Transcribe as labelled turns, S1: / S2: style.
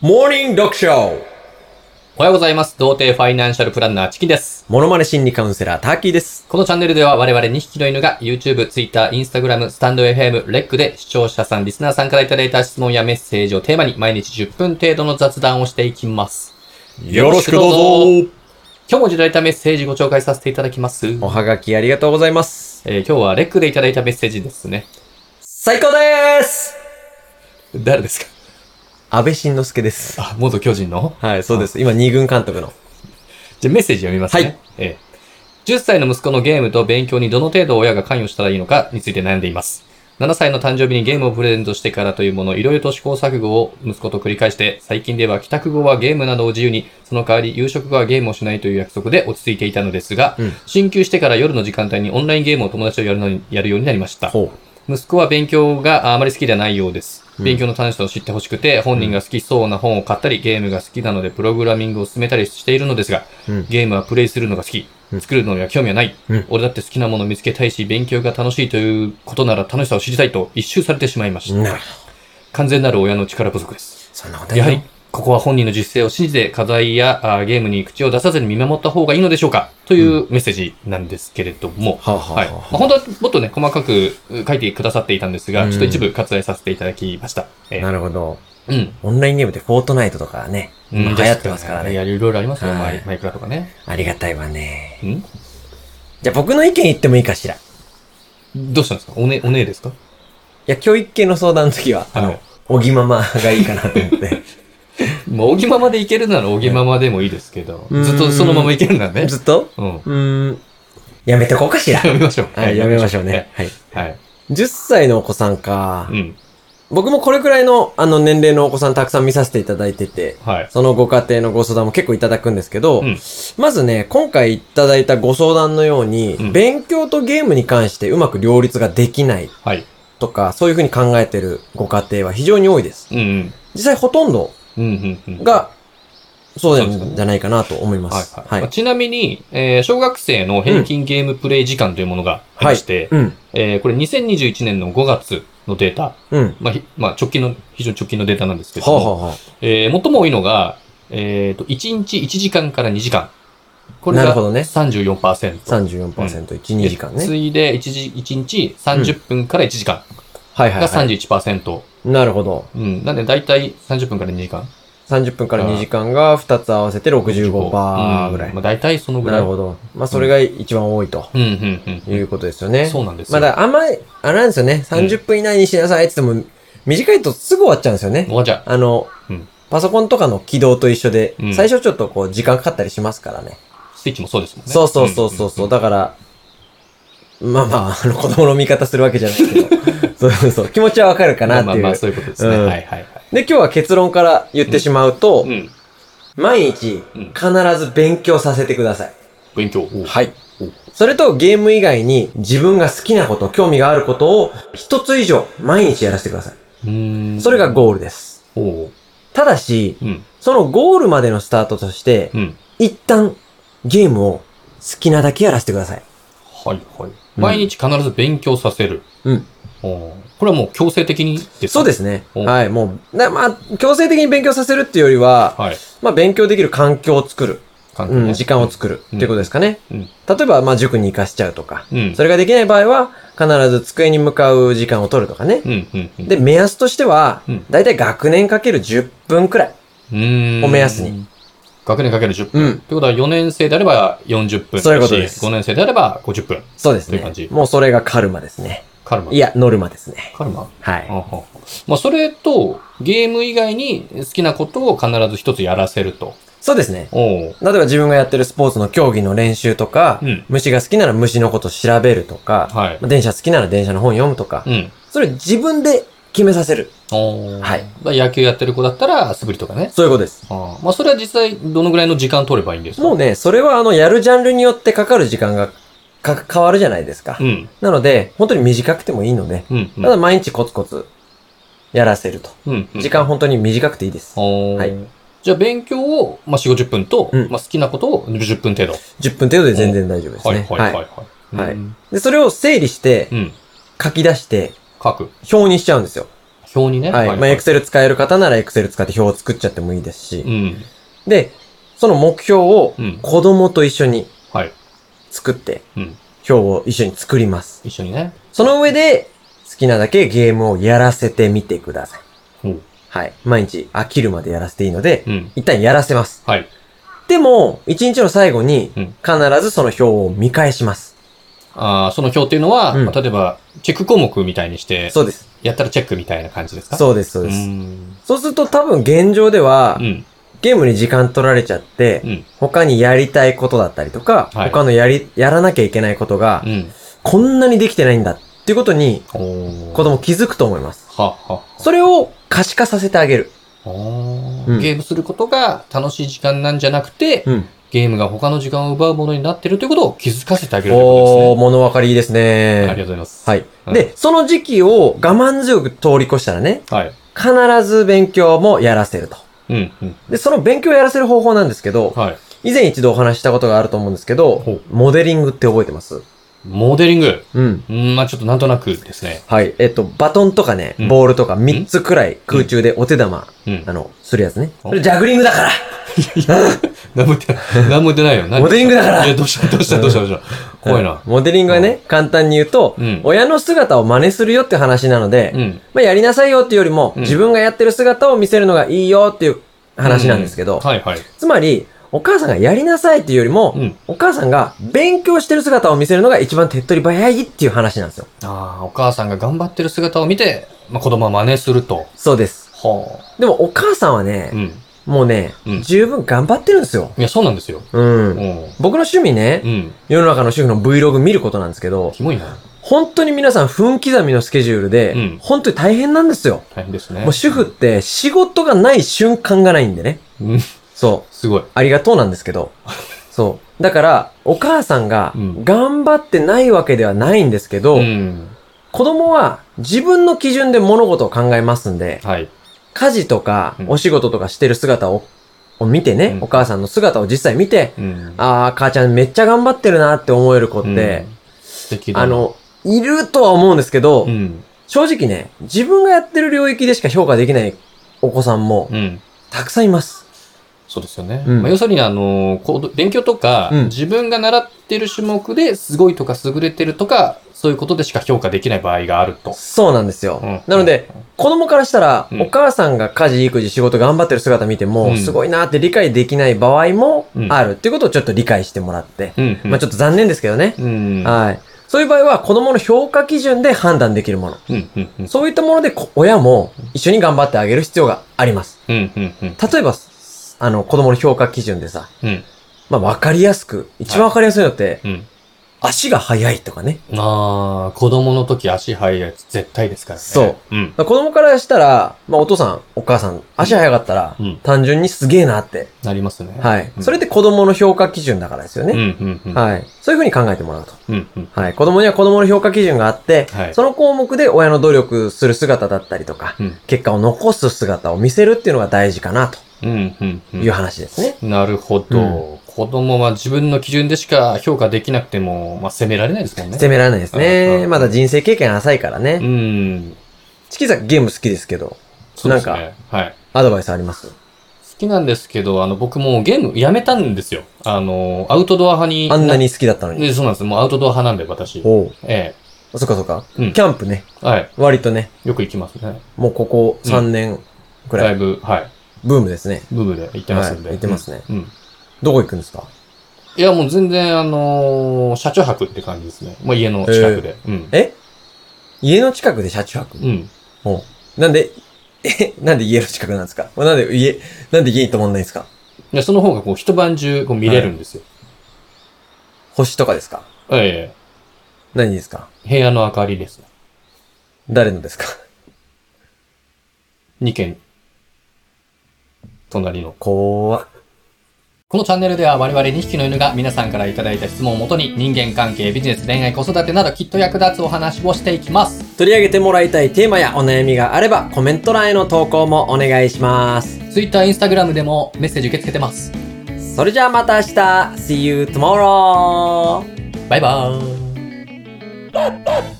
S1: モーニング読書
S2: おはようございます。童貞ファイナンシャルプランナーチキです。
S1: モノマネ心理カウンセラー、ターキーです。
S2: このチャンネルでは我々2匹の犬が YouTube、Twitter、Instagram、スタンド FM、レックで視聴者さん、リスナーさんからいただいた質問やメッセージをテーマに毎日10分程度の雑談をしていきます。よろしくどうぞ今日もいただいたメッセージご紹介させていただきます。えー
S1: おはがきありがとうございます。
S2: 今日はレックでいただいたメッセージですね。
S1: 最高でーす
S2: 誰ですか
S1: 安倍晋之助です。
S2: あ、元巨人の
S1: はい、そうです。今、二軍監督の。
S2: じゃあメッセージ読みますね。
S1: はい
S2: ええ10歳の息子のゲームと勉強にどの程度親が関与したらいいのかについて悩んでいます。7歳の誕生日にゲームをプレゼントしてからというもの、いろいろと試行錯誤を息子と繰り返して、最近では帰宅後はゲームなどを自由に、その代わり夕食後はゲームをしないという約束で落ち着いていたのですが、
S1: うん
S2: 進級してから夜の時間帯にオンラインゲームを友達とやるのにやるようになりました。
S1: ほ
S2: 息子は勉強がああまり好きではないようです。
S1: うん
S2: 勉強の楽しさを知ってほしくて、本人が好きそうな本を買ったり、ゲームが好きなのでプログラミングを進めたりしているのですが、
S1: うん
S2: ゲームはプレイするのが好き
S1: う。ん
S2: 作るのには興味はない、
S1: うん
S2: 俺だって好きなものを見つけたいし、勉強が楽しいということなら楽しさを知りたいと一周されてしまいまし
S1: う。
S2: た。
S1: なるほど。
S2: 完全なる親の力不足です。
S1: そんなこと
S2: やは
S1: な
S2: り
S1: い。、
S2: ここは本人の実践を信じて課題やあゲームに口を出さずに見守った方がいいのでしょうかというメッセージなんですけれども、
S1: はあ、
S2: は。
S1: はいあ
S2: まあ
S1: はあ、
S2: 本当はもっとね、細かくう書いてくださっていたんですが、
S1: うん
S2: ちょっと一部割愛させていただきました。え
S1: な
S2: ー
S1: るほど。
S2: うん。
S1: オンラインゲームでフォートナイトとかね、
S2: うん
S1: 今流行ってますから
S2: いや、
S1: ね。
S2: いろいろありますよ、
S1: は
S2: マ
S1: い
S2: イマイクラとかね。
S1: ありがたいわね。
S2: うん
S1: じゃあ僕の意見言ってもいいかしら。い
S2: どうしたんですかおね、おねえですか
S1: や、教育系の相談の時は、あ
S2: は
S1: の
S2: い、
S1: おぎままがいいかなと思って。
S2: まあ、おぎままでいけるならおぎままでもいいですけど、
S1: うん
S2: ずっとそのままいけるな らね。
S1: ずっと
S2: うん。
S1: うーん。やめとこうかし ら。
S2: やめましょう。
S1: はい、やめましょうね。はい。
S2: はい。はい。
S1: 10歳のお子さんか
S2: う。ん。
S1: 僕もこれくらいの、あの、年齢のお子さんたくさん見させていただいてて、
S2: はい。
S1: そのご家庭のご相談も結構いただくんですけど、
S2: うん
S1: まずね、今回いただいたご相談のように、
S2: うん
S1: 勉強とゲームに関してうまく両立ができない
S2: はい。
S1: とか、そういうふうに考えてるご家庭は非常に多いです。
S2: うんうん。
S1: 実際ほとんど
S2: うんうんうん。
S1: が、そうな
S2: そうです
S1: ん
S2: ね
S1: じゃないかなと思いま
S2: はい
S1: す。
S2: はいまあちなみに、えー小学生の平均ゲームプレイ時間というものがありまして、
S1: うん。
S2: えーこれ2021年の5月のデータ、
S1: うん。
S2: まあ、ひまあ、直近の、非常に直近のデータなんですけど
S1: はあ、
S2: も、
S1: はあはあ、
S2: えー最も多いのが、えっ、と、1日1時間から2時間。これ
S1: な
S2: が
S1: るほどね
S2: 34%。
S1: 34%、1、2時間ね。
S2: 次いで1時、1日30分から1時間
S1: はいはい
S2: が
S1: はい。
S2: 31%。
S1: なるほど。
S2: うん。なんで、だいたい30分から2時間。
S1: 30分から2時間が2つ合わせて65%ぐらい。
S2: うんまあ、だいたいそのぐ
S1: な
S2: ら。
S1: いるほど。まあ、それが一番多いと
S2: うん、うん、うん。
S1: いうことですよね。
S2: そうなんです
S1: ま
S2: よ。
S1: あだ、あんまり、あれなんですよね。30分以内にしなさいって言っても、短いとすぐ終わっちゃうんですよね。
S2: もうじゃ
S1: あの
S2: うん、
S1: パソコンとかの起動と一緒で
S2: う、ん
S1: 最初ちょっとこう、時間かかったりしますからね。
S2: あスイッチもそうですもんね。
S1: そうそうそうそうそう。
S2: んんん
S1: だから、まあまあ、あ の、子供の味方するわけじゃないけ ど、そうそうそう。気持ちはわかるかなって
S2: まあ
S1: い
S2: まあまあ、
S1: う。
S2: そういうことですね。
S1: うん
S2: はいはいはい。
S1: で、今日は結論から言ってしまうと
S2: う、ん。
S1: 毎日
S2: うん
S1: 必ず勉強させてください。
S2: 勉強。
S1: はい
S2: うん。
S1: それとゲーム以外に自分が好きなこと、興味があることを一つ以上毎日やらせてください。
S2: うん。
S1: それがゴールです。
S2: おう。
S1: ただし、
S2: うん。
S1: そのゴールまでのスタートとして、
S2: うん。
S1: 一旦ゲームを好きなだけやらせてください。
S2: はいはい。毎日必ず勉強させる。
S1: うん
S2: おー。これはもう強制的にですか
S1: そうですね。
S2: お
S1: はい、もう、なまあ、強制的に勉強させるっていうよりは、
S2: はい。
S1: まあ、勉強できる環境を作る。
S2: 簡単
S1: う
S2: ね
S1: ん、時間を作る。っていうことですかね。
S2: うん
S1: 例えば、まあ、塾に行かしちゃうとか。
S2: うん。
S1: それができない場合は、必ず机に向かう時間を取るとかね。
S2: うんうんうん。
S1: で、目安としては
S2: うん、
S1: だいたい学年かける10分くらい。
S2: うーん、
S1: お目安に。
S2: 学年かける10分。
S1: うん。
S2: ってことは4年生であれば40分。
S1: そういうことです
S2: 5年生であれば50分。
S1: そうです
S2: という
S1: ね
S2: 感じ。
S1: もうそれがカルマですね。
S2: カルマ。
S1: い。や、ノルマですね。
S2: カルマ。
S1: は
S2: あ
S1: い。
S2: ははまあ、それと、ゲーム以外に好きなことを必ず一つやらせると。
S1: そうですね。
S2: おう。
S1: 例えば自分がやってるスポーツの競技の練習とか
S2: うん、
S1: 虫が好きなら虫のこと調べるとか、
S2: はい。
S1: 電車好きなら電車の本読むとか
S2: う、ん。
S1: それ自分で決めさせる。
S2: おー
S1: はい。
S2: だから野球やってる子だったら素振りとかね。
S1: そういうことです。
S2: あーまあ、それは実際どのぐらいの時間取ればいいんですか
S1: もうね、それはあの、やるジャンルによってかかる時間がか変わるじゃないですか
S2: う。ん。
S1: なので、本当に短くてもいいので、
S2: うん、うん
S1: た。だ毎日コツコツやらせると。
S2: うんうん
S1: 時間本当に短くていいです。
S2: おー
S1: はい
S2: じゃあ勉強を、まあ、4、50分と、
S1: うん
S2: まあ、好きなことを10分程度。
S1: 10分程度で全然大丈夫です
S2: はい
S1: ね。
S2: はいはい
S1: は
S2: はい。
S1: はい
S2: うん
S1: い。で、それを整理して
S2: う、ん。
S1: 書き出して、
S2: 書く。
S1: 表にしちゃうんですよ。
S2: 表にね。
S1: はい。まあ、エクセル使える方ならエクセル使って表を作っちゃってもいいですし。
S2: うん。
S1: で、その目標を
S2: うん
S1: 子供と一緒に
S2: はい。
S1: 作って、
S2: うん。
S1: 表を一緒に作ります。
S2: 一緒にね。
S1: その上で、好きなだけゲームをやらせてみてください。
S2: ほう。
S1: はい。毎日飽きるまでやらせていいので、
S2: うん。
S1: 一旦やらせます。
S2: はい。
S1: でも、一日の最後に
S2: うん、
S1: 必ずその表を見返します。
S2: あーその表っていうのは、
S1: うん
S2: まあ例えば、チェック項目みたいにして、
S1: そうです。
S2: やったらチェックみたいな感じですかう
S1: そうです、そう
S2: で。
S1: ですす。
S2: ん。
S1: そうすると多分現状では
S2: う、ん。
S1: ゲームに時間取られちゃって、
S2: うん
S1: 他にやりたいことだったりとか、
S2: はい
S1: 他のやり、やらなきゃいけないことが、
S2: うん。
S1: こんなにできてないんだっていうことに、
S2: おー
S1: 子供気づくと思います。
S2: はは。
S1: それを可視化させてあげる。
S2: お
S1: う
S2: ー
S1: ん
S2: ゲームすることが楽しい時間なんじゃなくて、
S1: うん。
S2: ゲームが他の時間を奪うものになってるということを気づかせてあげるという
S1: おー、
S2: こ
S1: 物分かりいいです
S2: とですね。あり
S1: ね。
S2: がとうございます。。
S1: はいい。
S2: うん
S1: で、その時期を我慢強く通り越したらね、
S2: はい。
S1: 必ず勉強もやらせると。
S2: うん、うん。
S1: で、その勉強をやらせる方法なんですけど、
S2: はい。
S1: 以前一度お話ししたことがあると思うんですけ
S2: ほ
S1: ど
S2: う、
S1: モデリングって覚えてます
S2: モデリング。
S1: うん。
S2: うん、まあちょっとなんとなくですね。
S1: はい。えっと、バトンとかね
S2: うん、
S1: ボールとか3つくらい空中でお手玉、
S2: うん
S1: あ。の、するやつね。
S2: お
S1: それジャグリングだから
S2: 何も言 ってない。何も言ってないよ。何
S1: モデリングだから
S2: いや、どうしたどうしたどうしたどうした怖いな。
S1: モデリングはね、簡単に言うと、
S2: うん
S1: 親の姿を真似するよって話なので、
S2: うん。
S1: まあやりなさいよっていうよりも、
S2: うん
S1: 自分がやってる姿を見せるのがいいよっていう話なんですけど、
S2: うはいはい。
S1: つまり、お母さんがやりなさいっていうよりも、
S2: うん。
S1: お母さんが勉強してる姿を見せるのが一番手っ取り早いっていう話なんですよ。
S2: ああ、お母さんが頑張ってる姿を見て、まあ子供は真似すると。
S1: そうです。
S2: は
S1: でもお母さんはね
S2: あ。う、ん。
S1: もうね、
S2: うん
S1: 十分頑張ってるんですよ。
S2: いや、そうなんですよ。
S1: う。
S2: うんん。
S1: 僕の趣味ね、
S2: うん。
S1: 世の中の主婦の Vlog 見ることなんですけど、
S2: キモいな。
S1: 本当に皆さん分刻みのスケジュールで、
S2: うん
S1: 本当に大変なんですよ。
S2: 大変ですね。
S1: もう主婦って仕事がない瞬間がないんでね。
S2: うん。
S1: そう。
S2: すごい。
S1: ありがとうなんですけ ど。そう。だから、お母さんが
S2: うん
S1: 頑張ってないわけではないんですけど、
S2: うん。
S1: 子供は自分の基準で物事を考えますんで、
S2: はい。
S1: 家事とか
S2: うん
S1: お仕事とかしてる姿をを見てね、
S2: うん
S1: お母さんの姿を実際見て、
S2: うん。
S1: ああ、母ちゃんめっちゃ頑張ってるなって思える子っ
S2: うん
S1: て、、
S2: 素敵だな
S1: あ、の、いるとは思うんですけど、
S2: うん。
S1: 正直ね、自分がやってる領域でしか評価できないお子さんも
S2: うん。
S1: たくさんいます。
S2: そうですよね。
S1: うん
S2: まあ、要するに、あの、こう勉強とか、
S1: うん
S2: 自分が習ってる種目ですごいとか優れてるとか、そういうことでしか評価できない場合があると。
S1: そうなんですよ。
S2: うん
S1: なので、、子供からしたら、
S2: うん
S1: お母さんが家事、育児、仕事頑張ってる姿見ても、
S2: うん
S1: すごいなーって理解できない場合も
S2: うん
S1: あるっていうことをちょっと理解してもらって。
S2: うん。
S1: まあち
S2: ょ
S1: ょっと残念ですけどね
S2: っ。と、うん。
S1: はい。そういう場合は、子供の評価基準で判断できるもの。
S2: うん、うん、うん。
S1: そういったもので、こ親も一緒に頑張ってあげる必要があります。
S2: うん、うん、うん。
S1: 例えば、あの、子供の評価基準でさ、
S2: うん、
S1: まあわかりやすく、一番わかりやすいのって、
S2: うん。
S1: 足が速いとかね。
S2: あー、子供の時足速いやつ絶対ですからね。。
S1: そう
S2: うん。
S1: 子供からしたら、まあお父さん、お母さん、足速かったら、
S2: うん。
S1: 単純にすげえなって。
S2: なりますね。
S1: はい。
S2: うん
S1: それって子供の評価基準だからですよ
S2: う
S1: ね。
S2: ん、うん、うん。
S1: はい。そういうふうに考えてもらうと。
S2: うん、うん。
S1: はい。子供には子供の評価基準があって、
S2: はい
S1: その項目で親の努力する姿だったりとか、
S2: うん、
S1: 結果を残す姿を見せるっていうのが大事かなと
S2: うん、うん。うん
S1: いう話ですね。
S2: なるほど、子供は自分の基準でしか評価できなくても、まあ、責められないですもんね。
S1: 責められないです
S2: うんう
S1: ね。
S2: ん
S1: まだ人生経験浅いから
S2: う
S1: ね。
S2: ん。
S1: チキザゲーム好きですけど、
S2: そうです
S1: な
S2: ね。はい。
S1: アドバイスあります
S2: 好きなんですけど、あの、僕もうゲームやめたんですよ。あの、アウトドア派に。
S1: あんなに好きだったのに。
S2: でそうなんです。もうアウトドア派なんで、私。
S1: おう。
S2: え
S1: そっかそっか。
S2: う
S1: キ
S2: ん
S1: ャンプね。
S2: え。はい。
S1: 割とね、
S2: よく行きますね。
S1: もうここ3年く
S2: だ
S1: ら
S2: い
S1: い、
S2: ぶ、はい。
S1: ブームですね。
S2: ブームで行ってますんで。
S1: はい行ってますね
S2: うん。うん
S1: どこ行くんですか
S2: いや、もう全然、あのー車中泊って感じですね。まあ、家の近くで。うん。
S1: え家の近くで車中泊
S2: うん。
S1: おうなんで、え、なんで家の近くなんですかなんで家、なんで家に泊まんないんですか
S2: で、その方が、こう、一晩中、こう、見れるんですよ。
S1: 星とかですか
S2: え
S1: 何ですか
S2: え。部屋の明かりですね。
S1: 誰のですか
S2: 2軒。隣の。
S1: 怖っ
S2: このチャンネルでは我々2匹の犬が皆さんからいただいた質問をもとに人間関係、ビジネス、恋愛、子育てなどきっと役立つお話をしていきます。
S1: 取り上げてもらいたいテーマやお悩みがあればコメント欄への投稿もお願いします。
S2: Twitter、Instagram でもメッセージ受け付けてます。
S1: それじゃあまた明日 !See you tomorrow!
S2: バイバーイ。